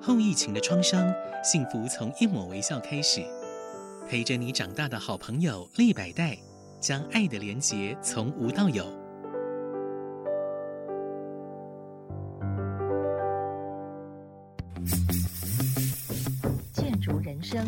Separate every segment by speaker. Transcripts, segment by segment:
Speaker 1: 后疫情的创伤，幸福从一抹微笑开始。陪着你长大的好朋友立百代，将爱的连结从无到有。
Speaker 2: 建筑人生，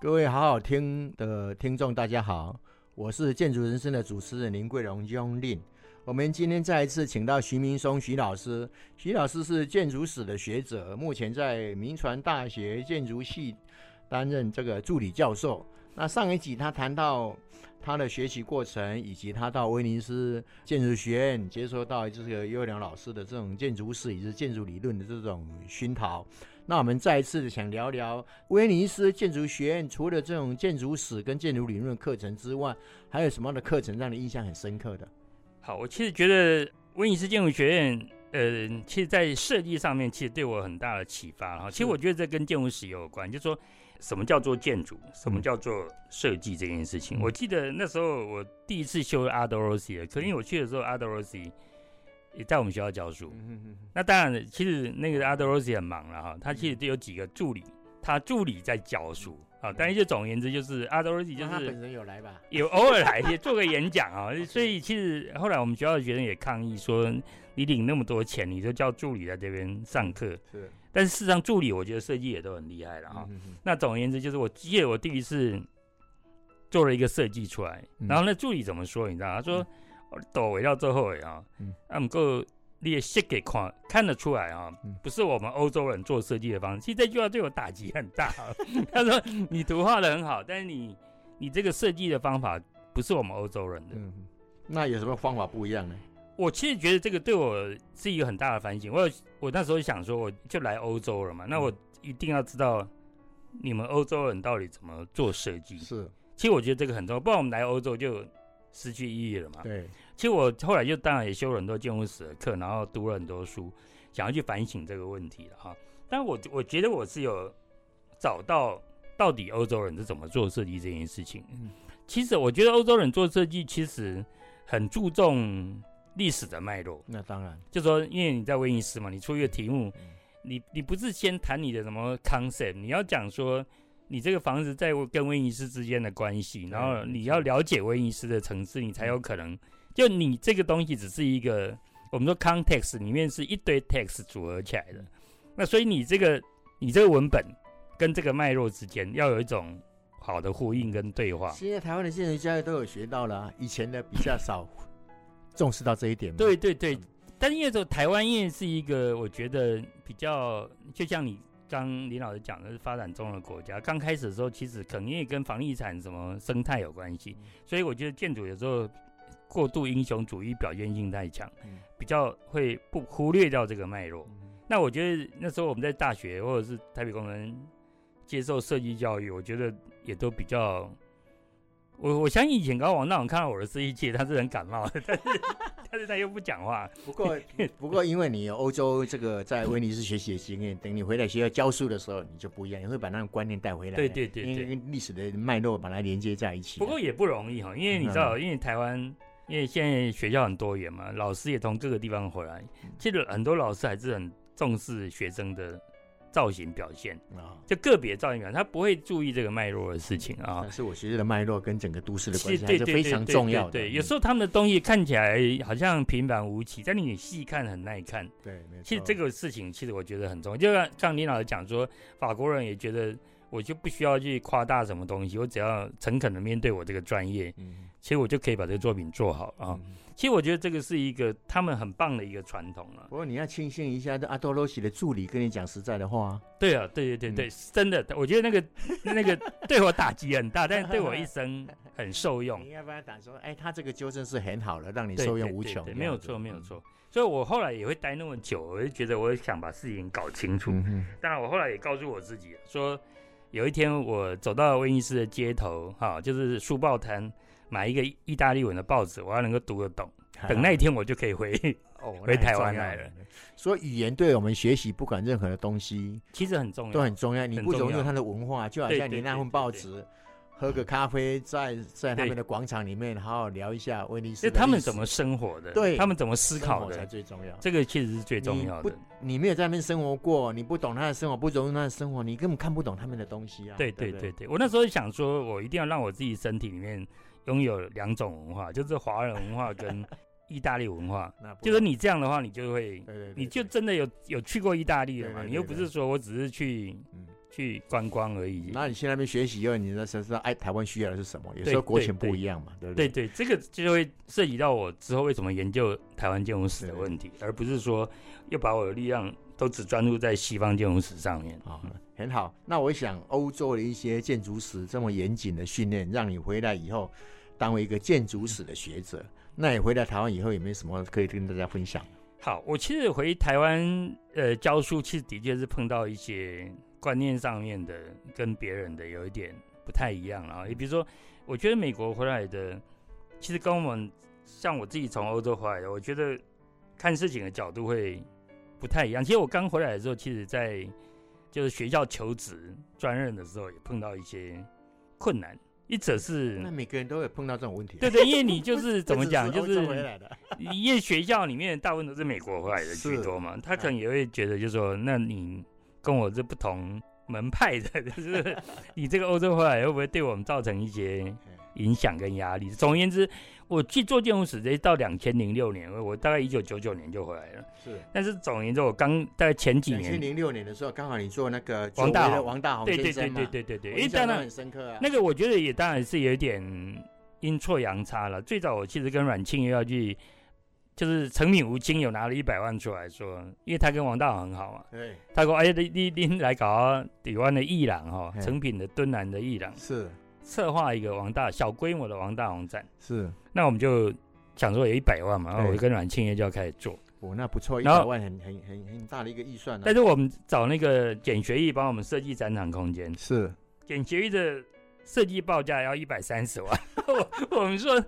Speaker 3: 各位好好听的听众，大家好，我是建筑人生的主持人林桂荣 John Lin。我们今天再一次请到徐明松徐老师，徐老师是建筑史的学者，目前在民传大学建筑系担任这个助理教授。那上一集他谈到他的学习过程，以及他到威尼斯建筑学院接受到这个优良老师的这种建筑史以及建筑理论的这种熏陶。那我们再一次想聊聊威尼斯建筑学院，除了这种建筑史跟建筑理论课程之外，还有什么样的课程让你印象很深刻的？
Speaker 4: 好，我其实觉得威尼斯建筑学院，呃，其实在设计上面，其实对我有很大的启发哈。其实我觉得这跟建筑史有关，就是说什么叫做建筑，什么叫做设计这件事情。
Speaker 3: 嗯
Speaker 4: 我记得那时候我第一次修阿德罗西的
Speaker 3: 嗯
Speaker 4: 课，因为我去的时候阿德罗西也在我们学校教书。
Speaker 3: 嗯
Speaker 4: 那当然了，其实那个阿德罗西很忙了哈，他其
Speaker 3: 嗯
Speaker 4: 实有几个助理，他助理在教书啊。但是就总而言之，就是阿德罗西就
Speaker 3: 嗯哦那他
Speaker 4: 是
Speaker 3: 本人有来吧？
Speaker 4: 有偶尔来也做个演讲啊、所以其实后来我们学校的学生也抗议说，你领那么多钱，你就叫助理在这边上课。
Speaker 3: 是
Speaker 4: 但是事实上，助理我觉得设计也都很厉害了哈、啊
Speaker 3: 嗯哼
Speaker 4: 那总而言之，就是我记得我第一次做了一个设计出来，
Speaker 3: 嗯
Speaker 4: 然后那助理怎么说？你知道，他说：“我抖围到最后尾啊
Speaker 3: 嗯，
Speaker 4: 啊，不够你也写给看看得出来啊
Speaker 3: 嗯，
Speaker 4: 不是我们欧洲人做设计的方式。”其实这句话对我打击很大。啊 他说：“你图画的很好，但是你你这个设计的方法不是我们欧洲人的。”
Speaker 3: 嗯哼，那有什么方法不一样呢？
Speaker 4: 我其实觉得这个对我是一个很大的反省。我有我那时候想说，我就来欧洲了嘛，那我一定要知道你们欧洲人到底怎么做设计。
Speaker 3: 是
Speaker 4: 其实我觉得这个很重要，不然我们来欧洲就失去意义了嘛。
Speaker 3: 对，
Speaker 4: 其实我后来就当然也修了很多建筑史的课，然后读了很多书，想要去反省这个问题了哈。但我我觉得我是有找到到底欧洲人是怎么做设计这件事情。
Speaker 3: 嗯
Speaker 4: 其实我觉得欧洲人做设计其实很注重历史的脉络，
Speaker 3: 那当然，
Speaker 4: 就说因为你在威尼斯嘛，你出一个题目
Speaker 3: 嗯，
Speaker 4: 你你不是先谈你的什么 concept，你要讲说你这个房子在跟威尼斯之间的关系，然后你要了解威尼斯的城市，你才有可能。就你这个东西只是一个，我们说 context 里面是一堆 text 组合起来的，那所以你这个你这个文本跟这个脉络之间要有一种好的呼应跟对话。
Speaker 3: 现在台湾的建筑教育都有学到了啊，以前的比较少重视到这一点嘛。
Speaker 4: 对对
Speaker 3: 嗯
Speaker 4: 对，但是因为说台湾因为是一个我觉得比较，就像你刚林老师讲的，是发展中的国家，刚开始的时候其实可能也跟房地产什么生态有关系，
Speaker 3: 嗯
Speaker 4: 所以我觉得建筑有时候过度英雄主义表现性太强
Speaker 3: 嗯，
Speaker 4: 比较会不忽略掉这个脉络。
Speaker 3: 嗯，
Speaker 4: 那我觉得那时候我们在大学或者是台北工人接受设计教育，我觉得也都比较。我我相信以前高王那种看到我的设计界，他是很感冒的，但 是但是他又不讲话，
Speaker 3: 不 过不过，因为你有欧洲这个在威尼斯学习的经验，等你回来学校教书的时候，你就不一样，你会把那种观念带回来。
Speaker 4: 对对对
Speaker 3: 因为
Speaker 4: 对
Speaker 3: 跟历史的脉络把它连接在一起。
Speaker 4: 不过也不容易哈，因为你知
Speaker 3: 嗯
Speaker 4: 道，因为台湾，因为现在学校很多元嘛，老师也从各个地方回来，
Speaker 3: 嗯
Speaker 4: 其实很多老师还是很重视学生的造型表现，
Speaker 3: 啊，
Speaker 4: 就个别造型表现，他不会注意这个脉络的事情啊。
Speaker 3: 但是我学校的脉络跟整个都市的关系
Speaker 4: 其实
Speaker 3: 还
Speaker 4: 对
Speaker 3: 嗯是
Speaker 4: 对
Speaker 3: 非
Speaker 4: 对
Speaker 3: 常
Speaker 4: 对
Speaker 3: 重要的。嗯
Speaker 4: 对对，有时
Speaker 3: 候
Speaker 4: 候他们的东西看起来好像平凡无奇，但你细看很耐看。
Speaker 3: 嗯对，没错
Speaker 4: 其实这个事情，其实我觉得很重要。就像像林老师讲说，法国人也觉得我就不需要去夸大什么东西，我只要诚恳的面对我这个专业，
Speaker 3: 嗯
Speaker 4: 其实我就可以把这个作品做好啊。
Speaker 3: 嗯
Speaker 4: 其实我觉得这个是一个他们很棒的一个传统啊了、
Speaker 3: 不过你要庆幸一下，这阿多罗西的助理跟你讲实在的话啊，嗯
Speaker 4: 对啊，对对对对，真的，我觉得那个 那个对我打击很大，但是对我一生很受用
Speaker 3: 你，要不要打说，哎，他这个纠正是很好的，让你
Speaker 4: 对
Speaker 3: 受
Speaker 4: 对
Speaker 3: 用无
Speaker 4: 对
Speaker 3: 穷。
Speaker 4: 对没有错，没有。
Speaker 3: 嗯
Speaker 4: 错。所以我后来也会待那么久，我就觉得我想把事情搞清楚。
Speaker 3: 嗯哼，
Speaker 4: 当然，我后来也告诉我自己说，有一天我走到威尼斯的街头，哈、就是书报摊买一个意大利文的报纸，我要能够读得懂。
Speaker 3: 啊
Speaker 4: 等那一天，我就可以回
Speaker 3: 哦，
Speaker 4: 回
Speaker 3: 那很
Speaker 4: 台
Speaker 3: 重
Speaker 4: 湾
Speaker 3: 要
Speaker 4: 来了。
Speaker 3: 所以语言对我们学习不管任何的东西
Speaker 4: 其实很重要，
Speaker 3: 都很重要，你
Speaker 4: 很
Speaker 3: 不
Speaker 4: 重
Speaker 3: 融入
Speaker 4: 要
Speaker 3: 它的文化，就好
Speaker 4: 对
Speaker 3: 像
Speaker 4: 对
Speaker 3: 你那
Speaker 4: 对
Speaker 3: 份
Speaker 4: 对
Speaker 3: 报
Speaker 4: 对
Speaker 3: 纸。喝个咖啡，在在他
Speaker 4: 对
Speaker 3: 们的广场里面好好聊一下威尼斯
Speaker 4: 就
Speaker 3: 的历史。
Speaker 4: 他们怎么生活的，
Speaker 3: 对
Speaker 4: 他们怎么思
Speaker 3: 生
Speaker 4: 考
Speaker 3: 活才
Speaker 4: 的，
Speaker 3: 最重要。
Speaker 4: 这个确实是最重要
Speaker 3: 你
Speaker 4: 的
Speaker 3: 不。你没有在那边生活过，你不懂他的生活，不融入他的生活，你根本看不懂他们的东西啊。
Speaker 4: 对
Speaker 3: 对
Speaker 4: 对
Speaker 3: 不
Speaker 4: 对对，我那时候想说，我一定要让我自己身体里面拥有两种文化，就是华人文化 跟意大利文化。
Speaker 3: 那不
Speaker 4: 就是你这样的话，你就会，
Speaker 3: 对对对，
Speaker 4: 你就
Speaker 3: 对
Speaker 4: 真的有有去过意大利了嘛？
Speaker 3: 对对对
Speaker 4: 你又不是说我只是去
Speaker 3: 嗯，
Speaker 4: 去观光而已。
Speaker 3: 那你去那边学习以后，你那才知道哎，台湾需要的是什么？有时
Speaker 4: 对
Speaker 3: 候国
Speaker 4: 对
Speaker 3: 情不
Speaker 4: 对
Speaker 3: 一样嘛，对不
Speaker 4: 对？对，这个就会涉及到我之后为什么研究台湾建筑史的
Speaker 3: 对
Speaker 4: 问题，而不是说又把我的力量都只专注在西方建筑史上面。
Speaker 3: 啊，很好。那我想，欧洲的一些建筑史这么严谨的训练，让你回来以后当为一个建筑史的学者。那你回来台湾以后，有没有什么可以跟大家分享？
Speaker 4: 好，我其实回台湾呃教书，其实的确是碰到一些观念上面的跟别人的有一点不太一样啊。也比如说，我觉得美国回来的，其实跟我们像我自己从欧洲回来的，我觉得看事情的角度会不太一样。其实我刚回来的时候，其实在就是学校求职专任的时候，也碰到一些困难。一者是
Speaker 3: 那每个人都会碰到这种问题啊。
Speaker 4: 嗯对对，因为你就是
Speaker 3: 这
Speaker 4: 怎么
Speaker 3: 只
Speaker 4: 讲，就
Speaker 3: 欧洲
Speaker 4: 是
Speaker 3: 回来的，
Speaker 4: 因为学校里面大部分都是美国回来的居多嘛，他可能也会觉得就说，那你跟我这不同门派的， 就是你这个欧洲回来会不会对我们造成一些影响跟压力？总而言之，我去做建筑史这到两千零六年，我大概一九九九年就回来了。
Speaker 3: 是。
Speaker 4: 但是总而言之，我刚大概前几
Speaker 3: 两千
Speaker 4: 年，
Speaker 3: 零六年的时候，刚好你做那个久
Speaker 4: 王大
Speaker 3: 违的
Speaker 4: 闳
Speaker 3: 王大红
Speaker 4: 对对
Speaker 3: 先
Speaker 4: 对
Speaker 3: 生嘛，
Speaker 4: 对对对对，
Speaker 3: 我
Speaker 4: 诶
Speaker 3: 印象
Speaker 4: 当
Speaker 3: 都
Speaker 4: 然
Speaker 3: 很深刻啊。
Speaker 4: 那个我觉得也当然是有一点阴错阳差了。最早我其实跟阮庆又要去，就是陈敏吴清有拿了一百万出来说，因为他跟王大闳很好嘛，
Speaker 3: 对
Speaker 4: 他说：“哎，你你你来搞啊台湾的艺廊哈，
Speaker 3: 嘿
Speaker 4: 成品的敦南的艺廊，
Speaker 3: 是
Speaker 4: 策划一个王大小规模的王大闳展。
Speaker 3: 是，”
Speaker 4: 那我们就想说有一百万嘛，然后我
Speaker 3: 对
Speaker 4: 就跟阮庆业就要开始做。
Speaker 3: 我哦那不错，一
Speaker 4: 然后
Speaker 3: 百万很很很很大的一个预算啊。
Speaker 4: 但是我们找那个简学义帮我们设计展场空间，
Speaker 3: 是
Speaker 4: 简学义的设计报价要一百三十万， 我我们说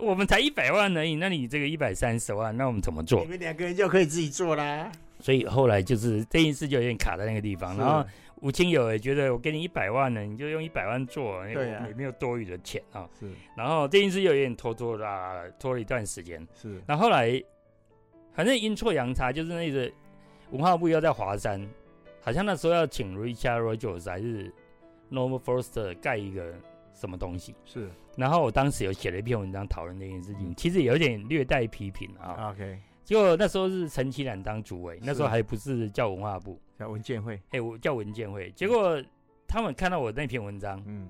Speaker 4: 我们才一百万而已，那你这个一百三十万，那我们怎么做
Speaker 3: 你？们两个人就可以自己做啦。
Speaker 4: 所以后来就是这件事就有点卡在那个地方，
Speaker 3: 是
Speaker 4: 然后吴清友也觉得我给你一百万呢，你就用一百万做，因
Speaker 3: 对
Speaker 4: 为
Speaker 3: 啊
Speaker 4: 我也没有多余的钱啊。
Speaker 3: 是
Speaker 4: 然后这件事有点拖拖拉拉，拖了一段时间。
Speaker 3: 是
Speaker 4: 然后后来反正阴错阳差，就是那个文化部要在华山，好像那时候要请 Richard Rogers 还是 Norman Foster 盖一个什么东西。
Speaker 3: 是
Speaker 4: 然后我当时有写了一篇文章讨论这件事
Speaker 3: 嗯
Speaker 4: 情，其实有点略带批评啊。
Speaker 3: ，OK，
Speaker 4: 结果那时候是陈其冉当主委，那时候
Speaker 3: 是
Speaker 4: 还不是叫文化部。
Speaker 3: 叫文建会，
Speaker 4: 哎、我叫文建会，结果他们看到我那篇文章，
Speaker 3: 嗯，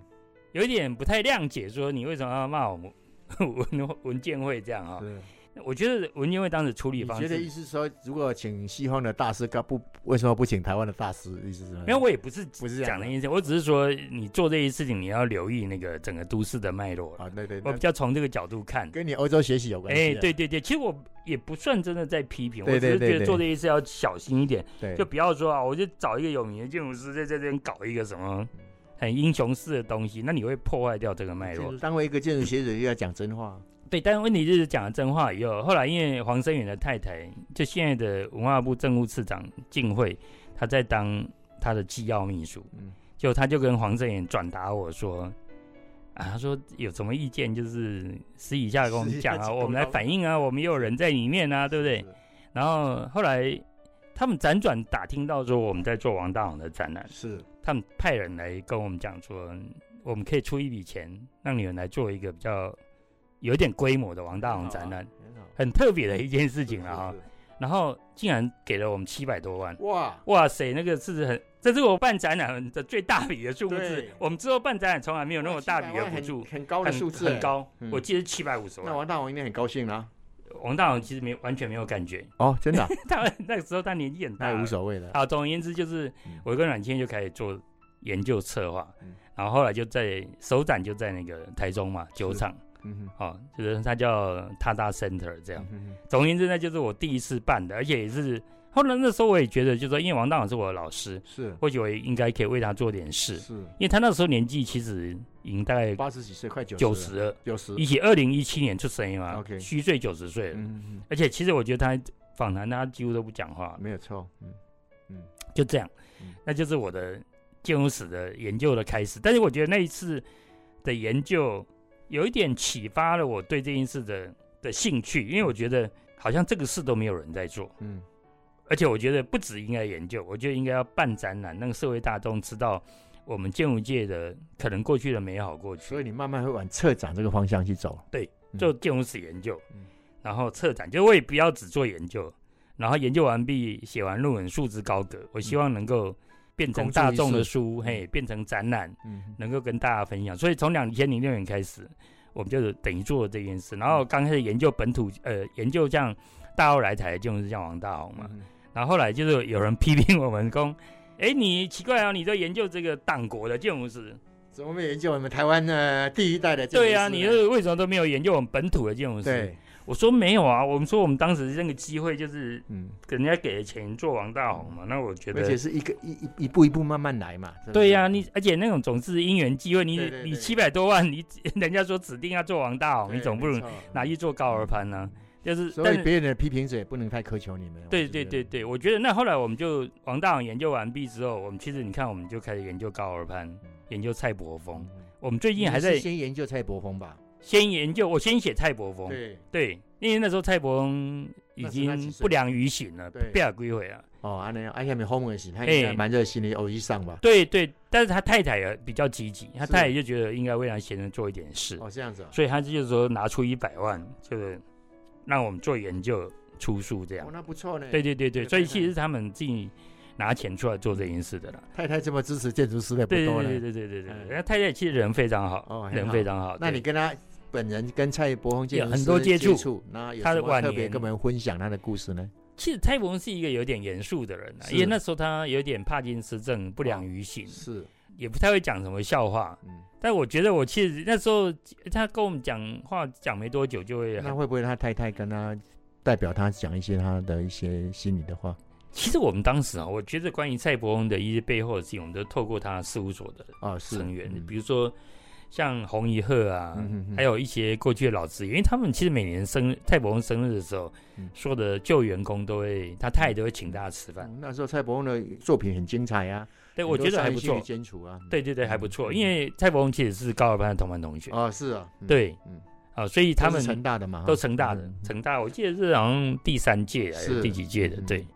Speaker 4: 有一点不太谅解，说你为什么要骂我们 文文建会这样啊、
Speaker 3: 是。
Speaker 4: 我觉得文建会当时处理
Speaker 3: 你
Speaker 4: 方
Speaker 3: 觉得
Speaker 4: 式
Speaker 3: 意，思说，如果请西方的大师，干不为什么不请台湾的大师？意思是什么？
Speaker 4: 没有，我也不是
Speaker 3: 不是这样
Speaker 4: 讲
Speaker 3: 的
Speaker 4: 那意思，我只是说你做这些事情，你要留意那个整个都市的脉络啦。
Speaker 3: 啊，对对，
Speaker 4: 我
Speaker 3: 那
Speaker 4: 比较从这个角度看。
Speaker 3: 跟你欧洲学习有关系啊。
Speaker 4: 哎、对对对，其实我也不算真的在批评，
Speaker 3: 对对
Speaker 4: 我只
Speaker 3: 对
Speaker 4: 是觉得
Speaker 3: 对
Speaker 4: 做这些事要小心一点，
Speaker 3: 对，
Speaker 4: 就不要说啊，我就找一个有名的建筑师在在这边搞一个什么很英雄式的东西，那你会破坏掉这个脉络
Speaker 3: 建。筑当为一个建筑学者，就要讲真话。
Speaker 4: 对，但问题就是讲了真话以后，后来因为黄生远的太太，就现在的文化部政务次长靳惠，她在当她的纪要秘书，
Speaker 3: 嗯
Speaker 4: 就她就跟黄生远转达我说，啊，她说有什么意见就是私底下跟我们讲
Speaker 3: 私底下
Speaker 4: 啊，我们来反映啊，我们也有人在里面啊，对不对？然后后来他们辗转打听到说我们在做王大王的展览，
Speaker 3: 是？是
Speaker 4: 他们派人来跟我们讲说，我们可以出一笔钱，让你们来做一个比较有点规模的王大王展览，，
Speaker 3: 很好啊
Speaker 4: 很特别的一件事
Speaker 3: 很
Speaker 4: 情了啊
Speaker 3: 好
Speaker 4: 哈
Speaker 3: 是。是
Speaker 4: 然后竟然给了我们七百多万
Speaker 3: 是，哇，
Speaker 4: 哇塞，那个是很，这是我办展览的最大笔的数字
Speaker 3: 对。
Speaker 4: 我们之后办展览从来没有那么大笔
Speaker 3: 700
Speaker 4: 的
Speaker 3: 万
Speaker 4: 补助，
Speaker 3: 很很高的数
Speaker 4: 很
Speaker 3: 字，
Speaker 4: 很。高
Speaker 3: 嗯，
Speaker 4: 我记得七百五十
Speaker 3: 那
Speaker 4: 万。
Speaker 3: 王大王应该很高兴啊啦。
Speaker 4: 王大王其实没完全没有感觉，
Speaker 3: 哦，真 的啊，
Speaker 4: 他那个时候他年纪很大
Speaker 3: 那也
Speaker 4: 了
Speaker 3: 无。所谓了。
Speaker 4: 啊，总而言之就是
Speaker 3: 嗯
Speaker 4: 我跟阮倩就开始做研究策划，
Speaker 3: 嗯
Speaker 4: 然后后来就在首展就在那个台中嘛酒厂，
Speaker 3: 嗯
Speaker 4: 哦，就是它叫 Tata Center 这
Speaker 3: 哼
Speaker 4: 样。
Speaker 3: 嗯
Speaker 4: 总而言之呢，就是我第一次办的，而且也是后来那时候我也觉得，就是说因为王大老是我的老师
Speaker 3: 哼，是
Speaker 4: 或许我也应该可以为他做点事，
Speaker 3: 是，
Speaker 4: 因为他那时候年纪其实已经大概
Speaker 3: 八十几岁，快九
Speaker 4: 九
Speaker 3: 十了，
Speaker 4: 十了，
Speaker 3: 九十
Speaker 4: 一起二零一七年出生嘛
Speaker 3: OK
Speaker 4: 虚岁九十岁了。
Speaker 3: 嗯，嗯
Speaker 4: 而且其实我觉得他访谈他几乎都不讲话
Speaker 3: 嗯，没有错，嗯嗯，
Speaker 4: 就这样
Speaker 3: 嗯，
Speaker 4: 那就是我的建筑史的研究的开始。但是我觉得那一次的研究有一点启发了我对这件事的的兴趣，因为我觉得好像这个事都没有人在做，
Speaker 3: 嗯
Speaker 4: 而且我觉得不止应该研究，我觉得应该要办展览，让社会大众知道我们建筑界的可能过去的美好过去。
Speaker 3: 所以你慢慢会往策展这个方向去走。嗯
Speaker 4: 做建筑史研究，
Speaker 3: 嗯
Speaker 4: 然后策展，就我也不要只做研究，然后研究完毕，写完论文，束之高阁。我希望能够变成
Speaker 3: 公诸于
Speaker 4: 大众的
Speaker 3: 世
Speaker 4: 书，嘿，变成展览，
Speaker 3: 嗯
Speaker 4: 能够跟大家分享。所以从两千零六年开始，我们就等于做了这件事。然后刚开始研究本土，呃，研究像大澳来台的建筑师像王大红嘛，
Speaker 3: 嗯
Speaker 4: 然后后来就是有人批评我们说，哎，你奇怪啊，你在研究这个党国的建筑师，
Speaker 3: 怎么没研究我们台湾的第一代的建筑师呢？
Speaker 4: 对啊，你是为什么都没有研究我们本土的建筑师？
Speaker 3: 对，
Speaker 4: 我说没有啊，我们说我们当时那个机会就是
Speaker 3: 嗯，
Speaker 4: 人家给的钱做王大红嘛，那我觉
Speaker 3: 而且
Speaker 4: 得
Speaker 3: 是一个一一一步一步慢慢来嘛。是不是
Speaker 4: 对呀、你而且那种总是因缘机会，你
Speaker 3: 对对对
Speaker 4: 你七百多万，你 人家说指定要做王大红，你总不能
Speaker 3: 能
Speaker 4: 拿去做高尔潘呢、就是，
Speaker 3: 嗯所
Speaker 4: 但
Speaker 3: 以
Speaker 4: 是
Speaker 3: 别人的批评者也不能太苛求你们。
Speaker 4: 对
Speaker 3: 我觉
Speaker 4: 对
Speaker 3: 得
Speaker 4: 对，对，我觉得那后来我们就王大红研究完毕之后，我们其实你看我们就开始研究高尔潘，研究蔡伯峰，
Speaker 3: 嗯
Speaker 4: 我们最近
Speaker 3: 你
Speaker 4: 还
Speaker 3: 是
Speaker 4: 在
Speaker 3: 先研究蔡伯峰吧？
Speaker 4: 先研究，我先写蔡伯峰，
Speaker 3: 对，
Speaker 4: 对，因为那时候蔡伯峰已
Speaker 3: 那时他几
Speaker 4: 经
Speaker 3: 岁
Speaker 4: 不良于行了，
Speaker 3: 对
Speaker 4: 被尔归回了。
Speaker 3: 哦，安尼啊，下面后面是，他
Speaker 4: 哎
Speaker 3: 应该蛮热心的，偶一上吧。
Speaker 4: 对对，但是他太太也比较积极，他
Speaker 3: 是
Speaker 4: 太太就觉得应该为他先生做一点事，
Speaker 3: 哦，这样子啊，
Speaker 4: 所以他就是说拿出一百万，就是让我们做研究出书这样
Speaker 3: 哦，。那不错呢。
Speaker 4: 啊对，对对
Speaker 3: 这
Speaker 4: 对，
Speaker 3: 个
Speaker 4: 所以
Speaker 3: 太太
Speaker 4: 其实是他们自己拿钱出来做这件事的啦。
Speaker 3: 太太这么支持建筑师的不
Speaker 4: 对
Speaker 3: 多
Speaker 4: 对
Speaker 3: 呢。
Speaker 4: 对对对对对，
Speaker 3: 嗯
Speaker 4: 人家太太其实人非常
Speaker 3: 哦
Speaker 4: 好，
Speaker 3: 很
Speaker 4: 人
Speaker 3: 好
Speaker 4: 非常好。
Speaker 3: 那
Speaker 4: 对
Speaker 3: 你跟他本人跟蔡伯峰建筑师
Speaker 4: 有很多接触
Speaker 3: 触，那有
Speaker 4: 他的
Speaker 3: 什么
Speaker 4: 晚
Speaker 3: 特别
Speaker 4: 年
Speaker 3: 跟我们分享他的故事呢？
Speaker 4: 其实蔡伯文是一个有点严肃的人啊，
Speaker 3: 是哦
Speaker 4: 因为那时候他有点帕金斯症，不良于行，
Speaker 3: 是，
Speaker 4: 也不太会讲什么笑话。
Speaker 3: 嗯，
Speaker 4: 但我觉得我其实那时候他跟我们讲话讲没多久就会很
Speaker 3: 那会不会他太太跟他代表他讲一些他的一些心里的话？
Speaker 4: 其实我们当时啊，我觉得关于蔡伯翁的一些背后的事情，我们都透过他事务所的
Speaker 3: 哦，是
Speaker 4: 成员，
Speaker 3: 嗯
Speaker 4: 比如说像洪一鹤啊，
Speaker 3: 嗯哼哼
Speaker 4: 还有一些过去的老职员，因为他们其实每年生日蔡伯翁生日的时候，
Speaker 3: 嗯
Speaker 4: 所有的旧员工都会，他太太都会请大家吃饭。
Speaker 3: 哦那时候蔡伯峰的作品很精彩啊，
Speaker 4: 对，
Speaker 3: 很
Speaker 4: 哎我
Speaker 3: 多
Speaker 4: 觉得还
Speaker 3: 善于
Speaker 4: 不
Speaker 3: 去
Speaker 4: 错。
Speaker 3: 兼处啊，嗯
Speaker 4: 对对对，还不错，
Speaker 3: 嗯
Speaker 4: 因为蔡伯翁其实是高二班的同班同学，
Speaker 3: 哦，是啊，嗯，
Speaker 4: 对
Speaker 3: 嗯，
Speaker 4: 啊，所以他
Speaker 3: 都是
Speaker 4: 们
Speaker 3: 成大的嘛，
Speaker 4: 都成大的
Speaker 3: 嗯，
Speaker 4: 成大我记得是好像第三届还
Speaker 3: 是
Speaker 4: 是第几届的，
Speaker 3: 嗯
Speaker 4: 对。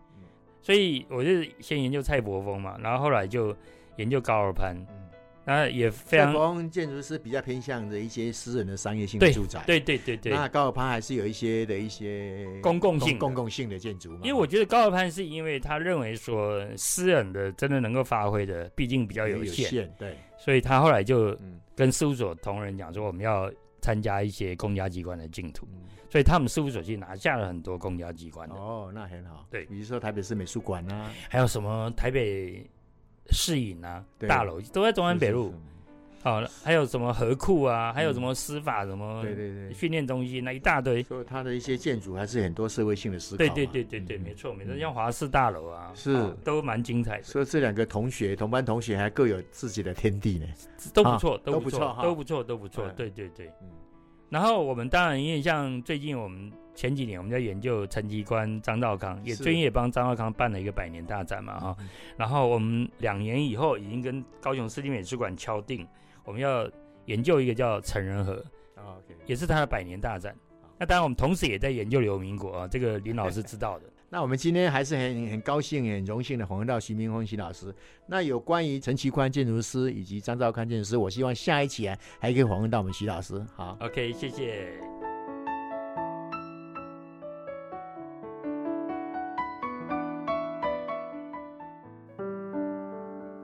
Speaker 4: 所以我就是先研究蔡伯峰嘛，然后后来就研究高尔潘，
Speaker 3: 嗯
Speaker 4: 那也非
Speaker 3: 蔡
Speaker 4: 常
Speaker 3: 伯峰建筑师比较偏向的一些私人的商业性
Speaker 4: 对
Speaker 3: 住宅，
Speaker 4: 对对对对，
Speaker 3: 那高尔潘还是有一些的一些
Speaker 4: 公共性的
Speaker 3: 公共性的建筑嘛，
Speaker 4: 因为我觉得高尔潘是因为他认为说私人的真的能够发挥的，毕竟比较有限，
Speaker 3: 对，
Speaker 4: 所以他后来就
Speaker 3: 嗯
Speaker 4: 跟事务所同仁讲说我们要。参加一些公家机关的竞图，
Speaker 3: 嗯，
Speaker 4: 所以他们事务所去拿下了很多公家机关的，
Speaker 3: 哦，那很好，
Speaker 4: 对
Speaker 3: 比如说台北市美术馆啊，
Speaker 4: 还有什么台北市影啊、
Speaker 3: 对
Speaker 4: 大楼都在中安北
Speaker 3: 是
Speaker 4: 路
Speaker 3: 是，
Speaker 4: 好、哦，还有什么河库啊，还有什么司法什么
Speaker 3: 是对对对，
Speaker 4: 训练中心那嗯一大堆，
Speaker 3: 所以它的一些建筑还是很多社会性的思考
Speaker 4: 对
Speaker 3: 嘛，
Speaker 4: 对对对对，没
Speaker 3: 错。
Speaker 4: 错没错，
Speaker 3: 嗯
Speaker 4: 像华氏大楼啊，
Speaker 3: 是
Speaker 4: 啊都蛮精彩的，
Speaker 3: 所以这两个同学，同班同学还各有自己的天地呢。
Speaker 4: 都不错，
Speaker 3: 啊都
Speaker 4: 不
Speaker 3: 不错
Speaker 4: 错，
Speaker 3: 哈
Speaker 4: 都不错，都不错，
Speaker 3: 嗯
Speaker 4: 对对对。
Speaker 3: 嗯，
Speaker 4: 然后我们当然因为像最近我们前几年我们在研究陈其官张道康，也
Speaker 3: 是
Speaker 4: 最近也帮张道康办了一个百年大展嘛哈、
Speaker 3: 嗯
Speaker 4: 然后我们两年以后已经跟高雄市立美术馆敲定，我们要研究一个叫成人河，
Speaker 3: 啊，OK。
Speaker 4: 也是他的百年大展。那当然，我们同时也在研究刘民国啊，这个林老师知 道的。
Speaker 3: 那我们今天还是很很高兴、很荣幸的访问到徐明峰徐老师。那有关于陈其宽建筑师以及张兆康建筑师，我希望下一期啊还可以访问到我们徐老师。好。
Speaker 4: OK，谢谢。